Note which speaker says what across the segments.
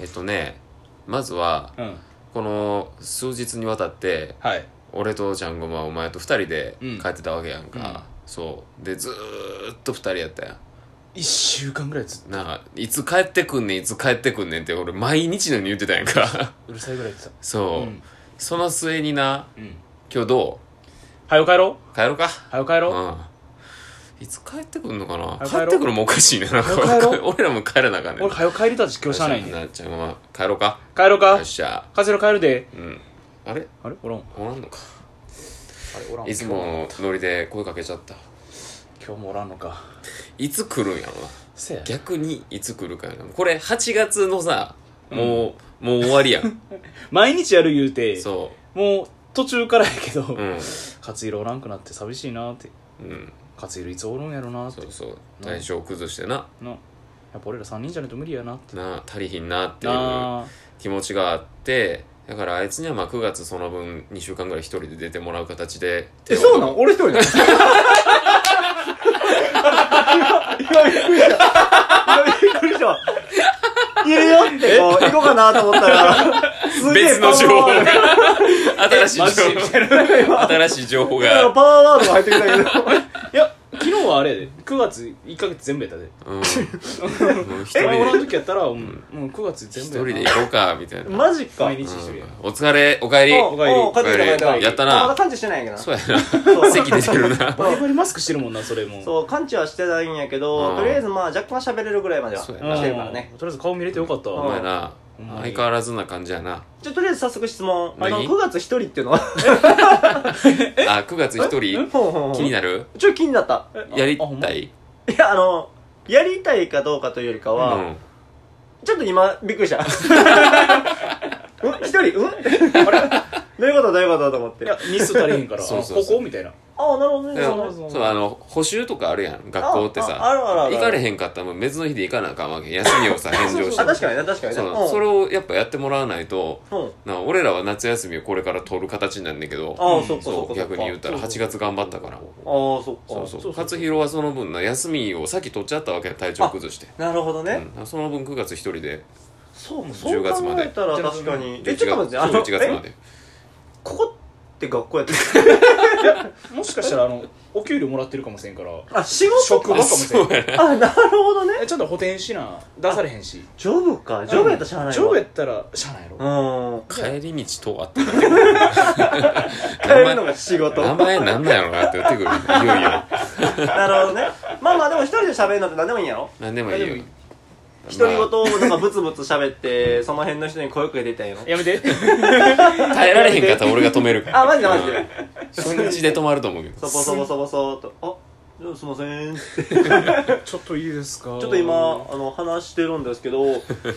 Speaker 1: えっとねまずは
Speaker 2: うん
Speaker 1: この数日にわたって
Speaker 2: はい
Speaker 1: 俺とちゃんごまお前と2人で
Speaker 2: うん
Speaker 1: 帰ってたわけやんか、
Speaker 2: うん
Speaker 1: そうでずーっと2人やったやん
Speaker 2: 1週間ぐらいずっと
Speaker 1: なんかいつ帰ってくんねんいつ帰ってくんねんって俺毎日のように言ってたやんか
Speaker 2: うるさいぐらい言って
Speaker 1: そう、
Speaker 2: うん
Speaker 1: その末にな
Speaker 2: たうん
Speaker 1: 今日ど
Speaker 2: はよ帰ろ
Speaker 1: う帰ろうか
Speaker 2: うはよ帰ろう
Speaker 1: うんいつ帰ってくんのかな
Speaker 2: 早
Speaker 1: 帰
Speaker 2: 帰ろう
Speaker 1: ってくるもおかしいねなんか
Speaker 2: 早帰ろ
Speaker 1: 俺らも帰らなあかんねん
Speaker 2: 俺はよ帰りたち今日しゃあないね
Speaker 1: なっちゃんごま帰ろうか
Speaker 2: 帰ろうか
Speaker 1: よっしゃ
Speaker 2: カズロ帰るで
Speaker 1: うんあれ
Speaker 2: あれおらんあ
Speaker 1: おらんのか
Speaker 2: れおらん
Speaker 1: いつもノリで声かけちゃった
Speaker 2: 今日もおらんのか
Speaker 1: いつ来るんやろな
Speaker 2: せや
Speaker 1: 逆にいつ来るかやなこれ8月のさもう、もう終わりや ん
Speaker 2: 毎日やる言うて
Speaker 1: そ
Speaker 2: もう途中からやけど、
Speaker 1: ううん
Speaker 2: カツイロおらんくなって寂しいなって
Speaker 1: うん
Speaker 2: カツイロいつおるんやろなって
Speaker 1: そうそう体調崩してな
Speaker 2: なやっぱ俺ら3人じゃないと無理やなって
Speaker 1: な足りひんなっていう
Speaker 2: なあ
Speaker 1: 気持ちがあってだからあいつにはまあ9月その分2週間ぐらい一人で出てもらう形で
Speaker 3: えそうなの俺一人な の今びっくりした今びっくりしたいるよってこう行こうかなと思ったらすげえ
Speaker 1: 別の情報が新 しい
Speaker 2: マジ
Speaker 1: 情
Speaker 2: み
Speaker 1: 報
Speaker 2: たいな
Speaker 1: 新
Speaker 2: い
Speaker 1: しい情報
Speaker 3: パワー
Speaker 1: が、
Speaker 3: ワードが入ってきたけど
Speaker 2: や昨日はあれやで9月1か月全部やったで
Speaker 1: うん、もう一人
Speaker 2: お前おらん
Speaker 1: で
Speaker 2: 時やったら、うん、もう9月全
Speaker 1: 一
Speaker 2: 部や
Speaker 1: 人
Speaker 2: な
Speaker 1: で行こうかみたいな、
Speaker 3: マジか
Speaker 2: 毎日一人や、
Speaker 1: お疲れおかえり
Speaker 3: お
Speaker 2: 帰り
Speaker 3: お帰ってきた帰ってきた
Speaker 1: やったな
Speaker 3: まだ完治してないんやけど
Speaker 1: そ
Speaker 3: な
Speaker 1: うやな席出てる な
Speaker 2: バリバリマスクしてるもんなそれも
Speaker 3: そう完治はしてないんやけ
Speaker 1: うん
Speaker 3: どとりあえずまあ若干喋れるぐらいまでは
Speaker 1: そうや
Speaker 2: うん
Speaker 1: な
Speaker 3: してるからね
Speaker 2: とりあえず顔見れてよかった
Speaker 1: お
Speaker 2: わ
Speaker 1: 前な
Speaker 2: うん
Speaker 1: 相変わらずな感じやな
Speaker 3: じゃあとりあえず早速質問あの
Speaker 1: 何
Speaker 3: 9月一人っていうのは
Speaker 1: あ9月一人
Speaker 3: ほうほうほう
Speaker 1: 気になる
Speaker 3: ちょっと気になった
Speaker 2: えあ
Speaker 1: やり
Speaker 2: あほんま
Speaker 1: たい
Speaker 3: いやあのやりたいかどうかというよりか
Speaker 1: う
Speaker 3: は、
Speaker 1: ん
Speaker 3: ちょっと今、びっくりした。 うん一人、うんあれどういうことどういうことと思って。
Speaker 2: い
Speaker 3: あ
Speaker 2: や日数足りへんから
Speaker 1: そうそうそう
Speaker 2: あここみたいな
Speaker 3: あ、なるほどね。
Speaker 1: だ
Speaker 3: な
Speaker 1: か
Speaker 3: るほ
Speaker 1: ら
Speaker 3: ど
Speaker 2: そう
Speaker 1: そうあの補習とかあるやん学校ってさ
Speaker 3: ああるあるある
Speaker 1: 行かれへんかったらもう別の日で行かなあかんわけ休みをさ返上し
Speaker 3: あ、
Speaker 1: て
Speaker 3: 確かにね、確かにね。
Speaker 1: そうそれをやっぱやってもらわないと
Speaker 3: うん。うん
Speaker 1: な俺らは夏休みをこれから取る形になるんだけど
Speaker 3: あ
Speaker 2: う
Speaker 3: あ、
Speaker 2: ん
Speaker 3: そっかそっ
Speaker 1: そ
Speaker 3: か。
Speaker 1: う逆に言ったら
Speaker 2: そうそう
Speaker 1: 8月頑張ったから
Speaker 3: ああ、そっか。
Speaker 1: そうそ
Speaker 2: そううそう
Speaker 1: 勝弘はその分な休みを先取っちゃったわけや体調崩して
Speaker 3: なるほどね。
Speaker 1: うんその分9月一人で
Speaker 3: そうか、そ
Speaker 1: 10
Speaker 3: う考
Speaker 1: 月まで
Speaker 3: えたら確かに。え、
Speaker 1: 11
Speaker 3: ち
Speaker 1: 月
Speaker 3: ょっと待って、あの、
Speaker 1: そう11月ま
Speaker 3: え、
Speaker 1: で
Speaker 3: ここって学校やってる
Speaker 2: もしかしたらあのお給料もらってるかもしれんから
Speaker 3: あ、仕事
Speaker 2: 職場
Speaker 3: か
Speaker 2: かもしれん
Speaker 3: あ、なるほどね。
Speaker 2: えちゃんと補填しな出されへんし
Speaker 3: ジョブか。ジョブやったらしゃあないわ。
Speaker 2: ジョブやったらしゃあないやろ
Speaker 3: うん。
Speaker 1: 帰り道とあって
Speaker 3: 帰るのが仕事。
Speaker 1: 名前なんなんやろなって言ってくるいよいよ
Speaker 3: なるほどね。まあまあ、でも一人で喋るのって何でもいいんやろ
Speaker 1: 何でもいいよ
Speaker 2: 何でもいい
Speaker 3: 独り言をなんかブツブツ喋って、その辺の人に声かけてたんやろ
Speaker 2: やめて
Speaker 1: まあ耐えられへんかったら俺が止めるから
Speaker 3: あ、マジでマジで。
Speaker 1: 初日で止まると思うけど
Speaker 3: そぼそぼそぼそっと。あ、じゃあすいません。ち
Speaker 2: ちょっといいですかちょ
Speaker 3: ょっと今、あの、話してるんですけど、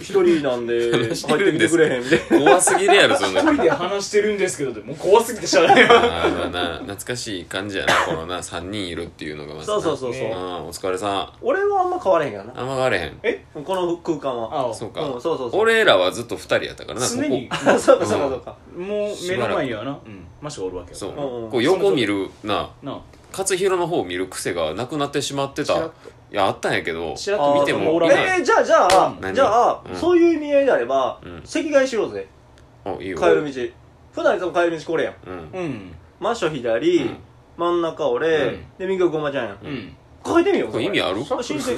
Speaker 3: 一人な んで、入って
Speaker 1: してるんで
Speaker 3: きて
Speaker 1: す
Speaker 3: くれへんみたい
Speaker 1: 怖すぎるやろそんな
Speaker 2: 一人で話してるんですけどでもう怖すぎてしゃあない わ
Speaker 1: あーまあな懐かしい感じやなこのな3人いるっていうのがま
Speaker 3: な。
Speaker 1: ず
Speaker 3: そうそうそうそ
Speaker 1: うん
Speaker 3: う。
Speaker 1: お疲れさ
Speaker 3: 俺はあんま変われへんけど
Speaker 1: ん
Speaker 3: な。
Speaker 1: あんま変われへん
Speaker 3: この空間は。
Speaker 2: あ
Speaker 1: そうか
Speaker 3: うん、そうそうそう。、
Speaker 1: 俺らはずっと2人やったからなこ
Speaker 2: 常に
Speaker 1: こ
Speaker 3: あ、 そうかそうかそうか。
Speaker 2: もう目の前にはな、うん、マシがおるわけやか
Speaker 1: そ
Speaker 2: ら
Speaker 1: う
Speaker 3: うんうん
Speaker 1: こう横見るな
Speaker 2: な
Speaker 1: 勝弘の方を見る癖がなくなってしまって
Speaker 2: ちら
Speaker 1: た
Speaker 2: っ
Speaker 1: いやあったんやけど
Speaker 2: あちらっ
Speaker 3: あ
Speaker 2: と
Speaker 3: ー
Speaker 2: 見て
Speaker 1: そ
Speaker 2: も
Speaker 1: う
Speaker 2: おらん
Speaker 1: ね
Speaker 3: えー、じゃあじゃあ、
Speaker 1: 何
Speaker 3: じゃあ
Speaker 1: うん、
Speaker 3: そういう意味合いであれば
Speaker 1: うん、
Speaker 3: 席替えしようぜ。
Speaker 1: あいいよ
Speaker 3: 帰る道。普段いつも帰る道これやん。
Speaker 1: うん
Speaker 2: うん
Speaker 3: 真正
Speaker 1: う
Speaker 3: 左
Speaker 1: ん、
Speaker 3: 真ん中
Speaker 2: う
Speaker 3: 俺
Speaker 2: ん、
Speaker 3: で、右がごまちゃんやん。
Speaker 2: うん
Speaker 3: 変えてみよう
Speaker 1: これ意味ある
Speaker 3: これ申請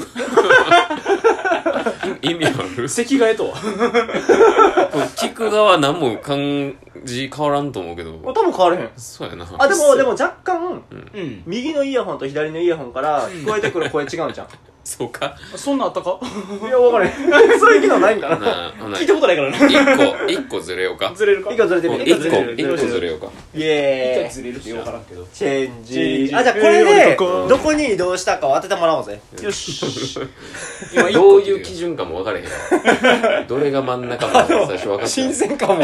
Speaker 1: 意味ある
Speaker 2: 席替えとは
Speaker 1: これ聞く側何も感じ変わらんと思うけど
Speaker 3: 多分変われへん
Speaker 1: そうやな
Speaker 3: あで
Speaker 2: そ
Speaker 3: も
Speaker 2: う
Speaker 3: でも若干
Speaker 2: うん
Speaker 3: 右のイヤホンと左のイヤホンから聞こえてくる声違うんじゃん
Speaker 1: そうか
Speaker 2: そんなんあったか
Speaker 3: いや分からへん そういう機能ないんかな
Speaker 1: なあほな
Speaker 2: 聞い
Speaker 1: 一
Speaker 2: たことないからな
Speaker 1: 個一個ずれようか
Speaker 2: ずれるか
Speaker 3: 一個ずれてみ
Speaker 1: もう
Speaker 3: る
Speaker 1: 一
Speaker 3: 一個
Speaker 1: 個
Speaker 3: ずれる
Speaker 1: 一個ず
Speaker 3: る
Speaker 1: れようか
Speaker 3: イ
Speaker 2: 一
Speaker 3: エ
Speaker 2: 回
Speaker 3: ーイ
Speaker 2: ずれるってよくわからんけど
Speaker 3: チェン
Speaker 2: チェン
Speaker 3: ジ
Speaker 2: ジ
Speaker 3: あじゃあこれ
Speaker 2: えー
Speaker 3: で
Speaker 2: どこ
Speaker 3: どこに移動したかを当ててもらおうぜ
Speaker 2: よし今一
Speaker 1: ど
Speaker 2: 個
Speaker 1: う
Speaker 2: 切れ
Speaker 1: い
Speaker 2: る
Speaker 1: う基準かも分からへんわどれが真ん中かも最初分かってない
Speaker 3: 新鮮かも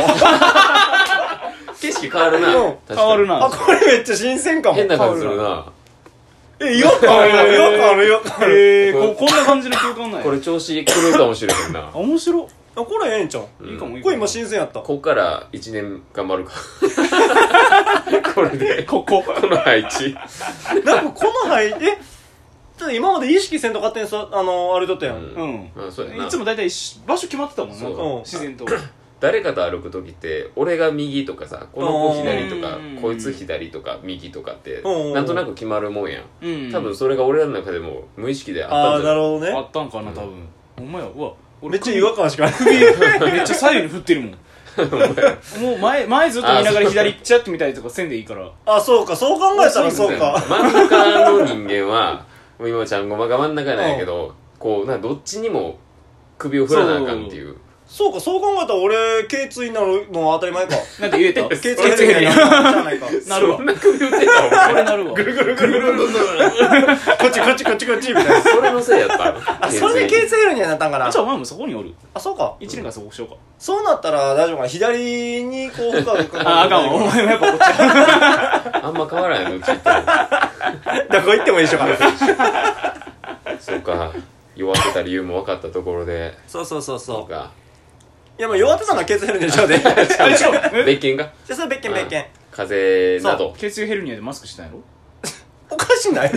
Speaker 1: 景色変わるな
Speaker 3: うん
Speaker 1: 確かに
Speaker 2: 変わるな
Speaker 3: あ これめっちゃ新鮮かも
Speaker 1: 変な感じするな
Speaker 3: え違和感ある違和感ある違和感ある
Speaker 2: えー、ここんな感じの空間ない
Speaker 1: これ調子狂うかもしれへんな
Speaker 2: あ面白
Speaker 3: あこれええんちゃう
Speaker 2: いいかもいいかも
Speaker 3: これ今新鮮やった
Speaker 1: こっから1年頑張るかこれで
Speaker 2: ここ
Speaker 1: この配置
Speaker 3: なんかこの配えただ今まで意識せんと勝手にさあのあれとったやん
Speaker 1: うん
Speaker 3: うん
Speaker 1: まあそうやない
Speaker 2: つも大体し場所決まってたもんね
Speaker 1: そう
Speaker 2: なんか自然と
Speaker 1: 誰かと歩く時って俺が右とかさこの子左とか
Speaker 2: うん
Speaker 1: こいつ左とか右とかって
Speaker 3: うん
Speaker 1: なんとなく決まるもんやん
Speaker 2: うん
Speaker 1: 多分それが俺らの中でも無意識であった
Speaker 3: あ
Speaker 1: ん
Speaker 3: あ
Speaker 1: じゃ
Speaker 3: な
Speaker 1: ない
Speaker 3: るほど
Speaker 2: あ
Speaker 3: ね
Speaker 2: ったんかな多分ほんまやうわ
Speaker 3: めっちゃ違和感しかない
Speaker 2: 首めっちゃ左右に振ってるもんもう前前ずっと見ながら左行っちゃってみたりとかせんでいいから
Speaker 3: あそうかそう考えたらそうか
Speaker 1: 真ん中の人間はもう今ちゃんごまが真ん中なんやけどこうなんかどっちにも首を振らなあかんっていう
Speaker 3: そうかそう考えたら俺頸椎になるのは当たり 前か
Speaker 2: なんて言えた
Speaker 3: 頸椎
Speaker 2: それ
Speaker 3: ヘルニアじゃないかこ
Speaker 2: なるわ
Speaker 1: そんな首振ってた
Speaker 2: これなるわ
Speaker 3: っちこっちこっちこっちみ たいな
Speaker 1: それのせいやった
Speaker 3: あそれで頸椎ヘルニアになったんかな
Speaker 2: じゃあお前もそこにおる
Speaker 3: あそうか
Speaker 2: 一年間そこしようか
Speaker 3: そうなったら大丈夫かな左にこう負荷がかかる
Speaker 2: ああかんわお前もやっぱこっち
Speaker 1: あんま変わらないのうち行ったら
Speaker 3: どこ行ってもいいでしょうか
Speaker 1: そうか弱ってた理由も分かったところで
Speaker 3: そうそうそう
Speaker 1: そう
Speaker 3: そう
Speaker 1: か
Speaker 3: いやもう弱ってたのは頸椎ヘルニアでしょう ねじ
Speaker 2: あ一緒え
Speaker 1: 別件が
Speaker 3: ゃあそれ別件別件
Speaker 1: 風邪など
Speaker 2: 血中ヘルニアでマスクしてないの
Speaker 3: おかしない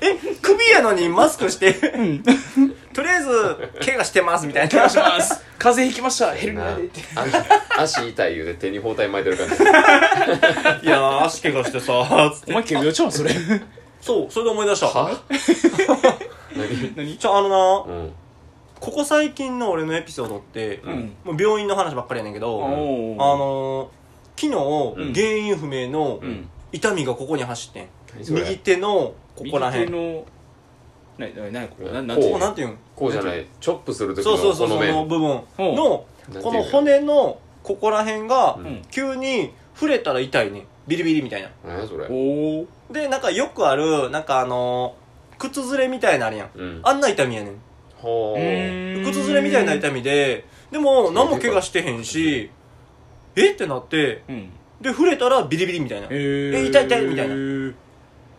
Speaker 3: え首やのにマスクしてとりあえず怪我してますみ たいな
Speaker 2: し ます風邪ひきましたヘルニアでって
Speaker 1: あ足足痛い言うて手に包帯巻いてる感じ
Speaker 3: いやー足怪我してさーつっ
Speaker 2: お
Speaker 3: て
Speaker 2: 前軽病ちゃうんそれ
Speaker 3: そうそれで思い出した
Speaker 1: は何
Speaker 2: 何
Speaker 3: じゃああのな
Speaker 1: うん
Speaker 3: ここ最近の俺のエピソードって、
Speaker 2: うん
Speaker 3: もう病院の話ばっかりやねんけど、
Speaker 2: おー
Speaker 3: あのー、昨日、
Speaker 1: うん
Speaker 3: 原因不明の
Speaker 1: うん
Speaker 3: 痛みがここに走ってん、
Speaker 1: 何それ
Speaker 3: 右手のここらへ
Speaker 2: 右手
Speaker 3: ん
Speaker 2: のなななこ
Speaker 1: う
Speaker 2: こ
Speaker 1: ん
Speaker 2: ななん
Speaker 1: 手
Speaker 2: てい
Speaker 1: の
Speaker 2: うの
Speaker 3: こうなんていうん
Speaker 1: こうじゃないチョップする時
Speaker 3: そう
Speaker 1: の
Speaker 3: そう
Speaker 1: こ
Speaker 3: そう
Speaker 1: の
Speaker 3: その
Speaker 1: 面
Speaker 3: 部分
Speaker 2: うん
Speaker 3: の
Speaker 1: なんていう
Speaker 3: こ
Speaker 1: の
Speaker 3: の骨のここらへんが
Speaker 1: う
Speaker 2: うん
Speaker 3: 急に触れたら痛いねんビリビリみたいな
Speaker 1: 何やそれ
Speaker 2: おお
Speaker 3: でなんかよくあるなんかあのー、靴ずれみたいなのあるやん
Speaker 1: うん
Speaker 3: あんな痛みやねん
Speaker 1: ほ ー
Speaker 3: 靴ずれみたいな痛みででも何も怪我してへんしえってなって
Speaker 2: うんへ
Speaker 3: で触れたらビリビリみたいなで
Speaker 2: え
Speaker 3: え痛い痛いみたいな
Speaker 2: な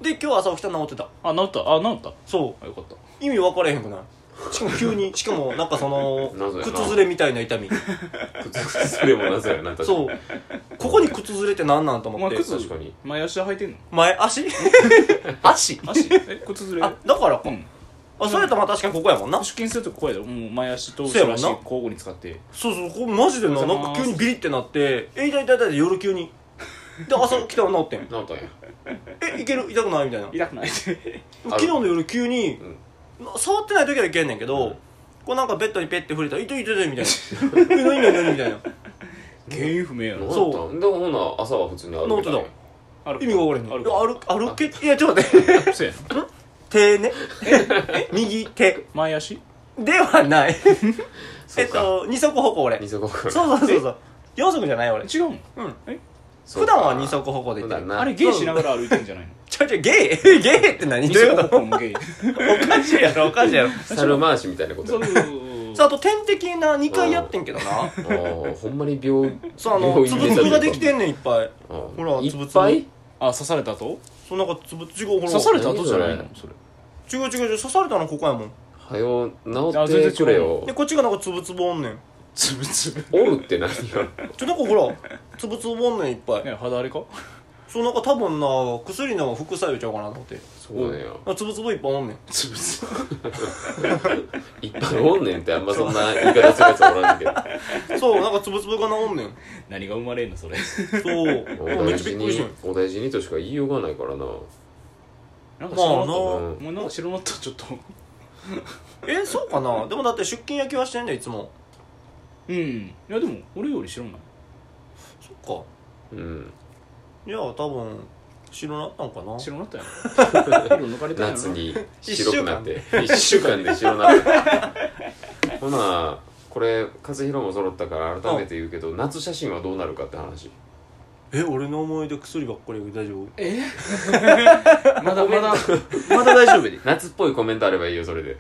Speaker 3: 今日朝起きたら治ってた
Speaker 2: あ治ったあ治った
Speaker 3: そ
Speaker 2: あよかった
Speaker 3: う意味分からへんくないしかも急にしかもなんかその
Speaker 1: 謎やな
Speaker 3: 靴ずれみたいな痛み
Speaker 1: 靴ずれもなぜやな確かに
Speaker 3: そうここに靴ずれって何なんと
Speaker 2: お
Speaker 3: 思っ
Speaker 2: 前
Speaker 3: て
Speaker 2: 靴
Speaker 1: 確かに
Speaker 2: 前足で履いてんの
Speaker 3: 前足足
Speaker 2: 足 え靴ずれ
Speaker 3: あだからか
Speaker 2: うん
Speaker 3: あそれとまあ確かにここやもんな
Speaker 2: 出勤するとここやでもう前足と
Speaker 3: そ
Speaker 2: 後
Speaker 3: うやも
Speaker 2: ろ
Speaker 3: ん
Speaker 2: 足
Speaker 3: な
Speaker 2: 交互に使って
Speaker 3: そうそうこれマジでな
Speaker 2: おは
Speaker 3: な
Speaker 2: ようんございます
Speaker 3: か急にビリってなってえ痛い痛い痛いって夜急にで朝起きたら治ってん
Speaker 1: なんだや
Speaker 3: えいける痛くないみたいな
Speaker 2: 痛くないって
Speaker 3: 昨日の夜急に、触ってない時はいけんねんけど、
Speaker 1: うん
Speaker 3: こうなんかベッドにペッて触れたら「痛い痛い痛い」みたいな「え何何何?」みたいな
Speaker 2: 原因不明や
Speaker 1: 何
Speaker 2: ろ
Speaker 1: だ
Speaker 3: そ
Speaker 1: でもほな朝は普通に歩けた
Speaker 3: 治っ
Speaker 1: ね
Speaker 3: て
Speaker 2: ある
Speaker 3: 意味が分からへん
Speaker 2: あ
Speaker 3: い
Speaker 2: る
Speaker 3: や歩歩けいやちょっと待って
Speaker 2: そうやな
Speaker 3: 手ね右手
Speaker 2: 前足
Speaker 3: ではない
Speaker 1: そ
Speaker 3: え
Speaker 1: う
Speaker 3: っ
Speaker 1: か
Speaker 3: と二足歩行俺
Speaker 1: 二足歩行
Speaker 3: そうそうそうそう四足じゃない俺
Speaker 2: 違うもん
Speaker 3: うん
Speaker 2: え
Speaker 1: そう
Speaker 3: 普
Speaker 1: か
Speaker 3: 段は二足歩行で行って
Speaker 1: そう
Speaker 3: る
Speaker 1: だな
Speaker 2: あれゲイしながら歩いてんじゃないの
Speaker 3: ちょいちょいゲイゲイって 何どういうこ
Speaker 2: 二足歩行もゲイ
Speaker 3: とおかしいやろおかしいやろ
Speaker 1: 猿回しみたいなこと
Speaker 2: そ
Speaker 1: や
Speaker 2: うそうそ う
Speaker 3: さああと点滴な二回やってんけどな
Speaker 1: あーほんまに病
Speaker 3: そうあのつぶつぶができて
Speaker 1: ん
Speaker 3: んねんいっぱい
Speaker 1: ほ
Speaker 3: ほら
Speaker 1: い
Speaker 3: つぶ
Speaker 1: っ
Speaker 3: つぶ
Speaker 1: ぱい
Speaker 2: あ刺された後
Speaker 3: そうなんかつぶ違うほら
Speaker 2: 刺された後じゃないの
Speaker 1: 何
Speaker 2: それ
Speaker 3: 違う違う違う刺されたのここやもん
Speaker 1: はよ治
Speaker 2: あ
Speaker 1: ってく
Speaker 2: 全然違
Speaker 1: れ
Speaker 2: う
Speaker 1: よ
Speaker 3: でこっちがなんかつぶつぶおんねん
Speaker 2: つぶつぶ
Speaker 1: おるって何よ
Speaker 3: ちょなんかほらつぶつぶおんねんいっぱい
Speaker 2: ね肌荒れか
Speaker 3: そうなんか多分な薬の副作用ちゃうかなと思って
Speaker 1: そうなんや
Speaker 3: なんかつぶつぶいっぱいおんねん
Speaker 2: つぶつぶ
Speaker 1: いっぱいおんねんってあんまそんな言い方するやつおらんけど
Speaker 3: そうなんかつぶつぶが治んねん
Speaker 2: 何が生まれんのそれ
Speaker 3: そう
Speaker 1: お
Speaker 3: め
Speaker 1: 大
Speaker 3: っちゃび
Speaker 1: 事に
Speaker 3: っくりしてん
Speaker 1: お大事にとしか言いようがないからな
Speaker 2: なんか
Speaker 3: まあ
Speaker 2: 白
Speaker 3: な
Speaker 2: なっ
Speaker 1: うん
Speaker 2: たもうなんか白なったちょっと
Speaker 3: えそうかなでもだって出勤焼きはしてんねんいつも
Speaker 2: うんいやでも俺より白ない
Speaker 3: そっか
Speaker 1: うん
Speaker 3: いや多分白なったんかな
Speaker 2: 白なったやろ色抜かれたやろ
Speaker 1: 夏に白くなって一週間で白なったほなこれ和弘も揃ったから改めて言うけど夏写真はどうなるかって話
Speaker 3: え俺の思い出薬ばっかりやけど大丈夫
Speaker 2: えまだまだ
Speaker 3: まだ大丈夫で
Speaker 1: 夏っぽいコメントあればいいよそれで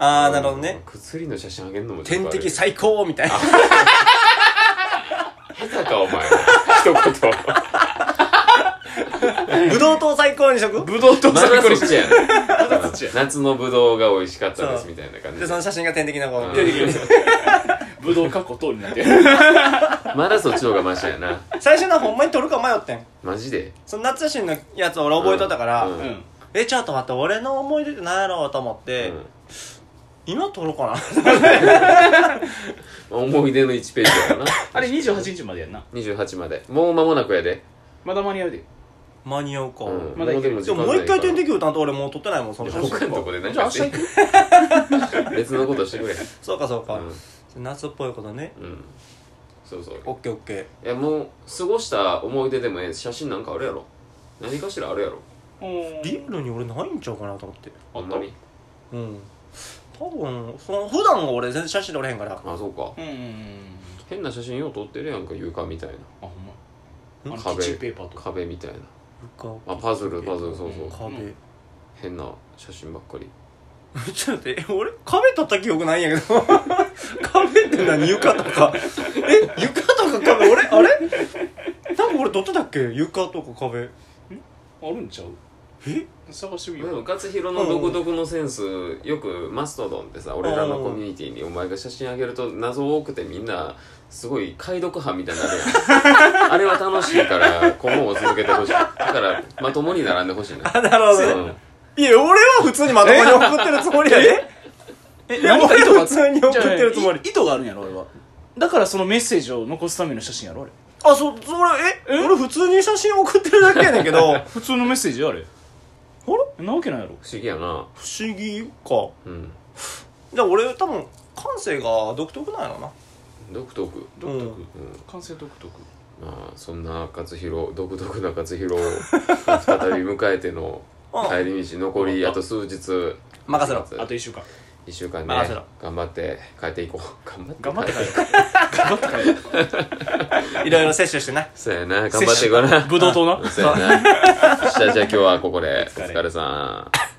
Speaker 3: ああなるほどね
Speaker 1: 薬の写真あげるのもちょっ
Speaker 3: 点
Speaker 1: とあれ
Speaker 3: 滴最高みたいな
Speaker 1: まさかお前一言
Speaker 3: ブドウ糖最高にしとく
Speaker 2: ブドウと
Speaker 1: まだそっちやな
Speaker 2: ちや
Speaker 1: 夏のぶどうが美味しかったですみたいな感じ
Speaker 3: でその写真が点滴なこう
Speaker 1: うん
Speaker 2: ブドウ過去通りになって
Speaker 1: まだそっちの方がマシやな
Speaker 3: 最初のはほんまに撮るか迷ってん
Speaker 1: マジで
Speaker 3: その夏写真のやつ俺覚えとったから、
Speaker 1: うん
Speaker 2: うん
Speaker 3: えちょっと待って俺の思い出って何やろうと思って、
Speaker 1: うん
Speaker 3: 今撮ろうかな
Speaker 1: 思い出の1ページだからな
Speaker 2: あれ28日までやんな
Speaker 1: 28までもう間もなくやで、
Speaker 2: まだ間に合うで
Speaker 3: 間に合うか、
Speaker 1: うん、
Speaker 2: まだいける
Speaker 1: う
Speaker 3: でももう一回点滴歌んと俺もう撮ってないもんその写
Speaker 1: 他
Speaker 3: 真
Speaker 1: のとこで何
Speaker 2: じゃあ
Speaker 1: かし
Speaker 2: 明日
Speaker 1: て
Speaker 2: 行く
Speaker 1: 別のことしてくれ
Speaker 3: そうかそうか、
Speaker 1: う
Speaker 3: 夏っぽいことね
Speaker 1: ん、うん、そうそう
Speaker 3: オッケーオッケー
Speaker 1: いやもう過ごした思い出でもええ写真なんかあるやろ何かしらあるやろ
Speaker 2: うん
Speaker 3: リアルに俺ないんちゃうかなと思って
Speaker 1: あんまり
Speaker 3: うん多分その普段は俺全然写真撮れへんから
Speaker 1: あそうか
Speaker 2: うんうんうん
Speaker 1: 変な写真よう撮ってるやんか床みたい
Speaker 2: あほんま
Speaker 1: な
Speaker 2: あのキッ
Speaker 1: 壁
Speaker 2: チンペーパーとか
Speaker 1: 壁みたいな
Speaker 3: 床
Speaker 1: あパズルパズルそうそう
Speaker 2: うん
Speaker 3: 壁、
Speaker 2: うん
Speaker 1: 変な写真ばっかり
Speaker 3: ちょっと待ってえ俺壁撮った記憶ないんやけど 壁って何床とかえ床とか壁俺あれなんか俺撮ってたっけ床とか壁
Speaker 2: あるんちゃう
Speaker 3: え
Speaker 2: 探してみ
Speaker 1: で
Speaker 2: よ
Speaker 1: も勝弘の独特のセンスよくマストドンってさ俺らのコミュニティにお前が写真あげると謎多くてみんなすごい解読派みたいになるやんあれは楽しいから今後も続けてほしいだからまともに並んでほしいな
Speaker 3: あなるほ
Speaker 1: う
Speaker 3: ど
Speaker 1: ん
Speaker 3: ねいや俺は普通にまともに送ってるつもりやで
Speaker 2: うえ
Speaker 3: いや
Speaker 2: 何か
Speaker 3: 俺
Speaker 2: 意図が
Speaker 3: は普通に送ってるつもり
Speaker 2: じゃあい意図があるんやろ俺はだからそのメッセージを残すための写真やろあれ
Speaker 3: あそそれえ俺普通に写真送ってるだけやねんけどあれ
Speaker 2: 普通のメッセージあれなわけないやろ
Speaker 1: 不思議やな
Speaker 3: 不思議か
Speaker 1: うん
Speaker 3: じゃあ俺多分感性が独特なんやろな
Speaker 1: 独特
Speaker 2: 独特、
Speaker 3: うん
Speaker 2: 完成独特
Speaker 1: まあそんな勝弘独特な勝弘を再び迎えての
Speaker 3: うん
Speaker 1: 帰り道残りあと数日
Speaker 3: 任せろ
Speaker 2: あと1週間
Speaker 1: 1週間ね
Speaker 3: 任せろ
Speaker 1: 頑張って帰っていこう頑張って
Speaker 2: 頑張って帰
Speaker 1: 帰
Speaker 2: ろ
Speaker 1: る
Speaker 2: う 頑張って帰ろう
Speaker 3: いろいろ摂取してな
Speaker 1: そうや な頑張っていこうな
Speaker 2: ブドウ糖な
Speaker 1: そうやなじゃあじゃあ今日はここでお疲れさん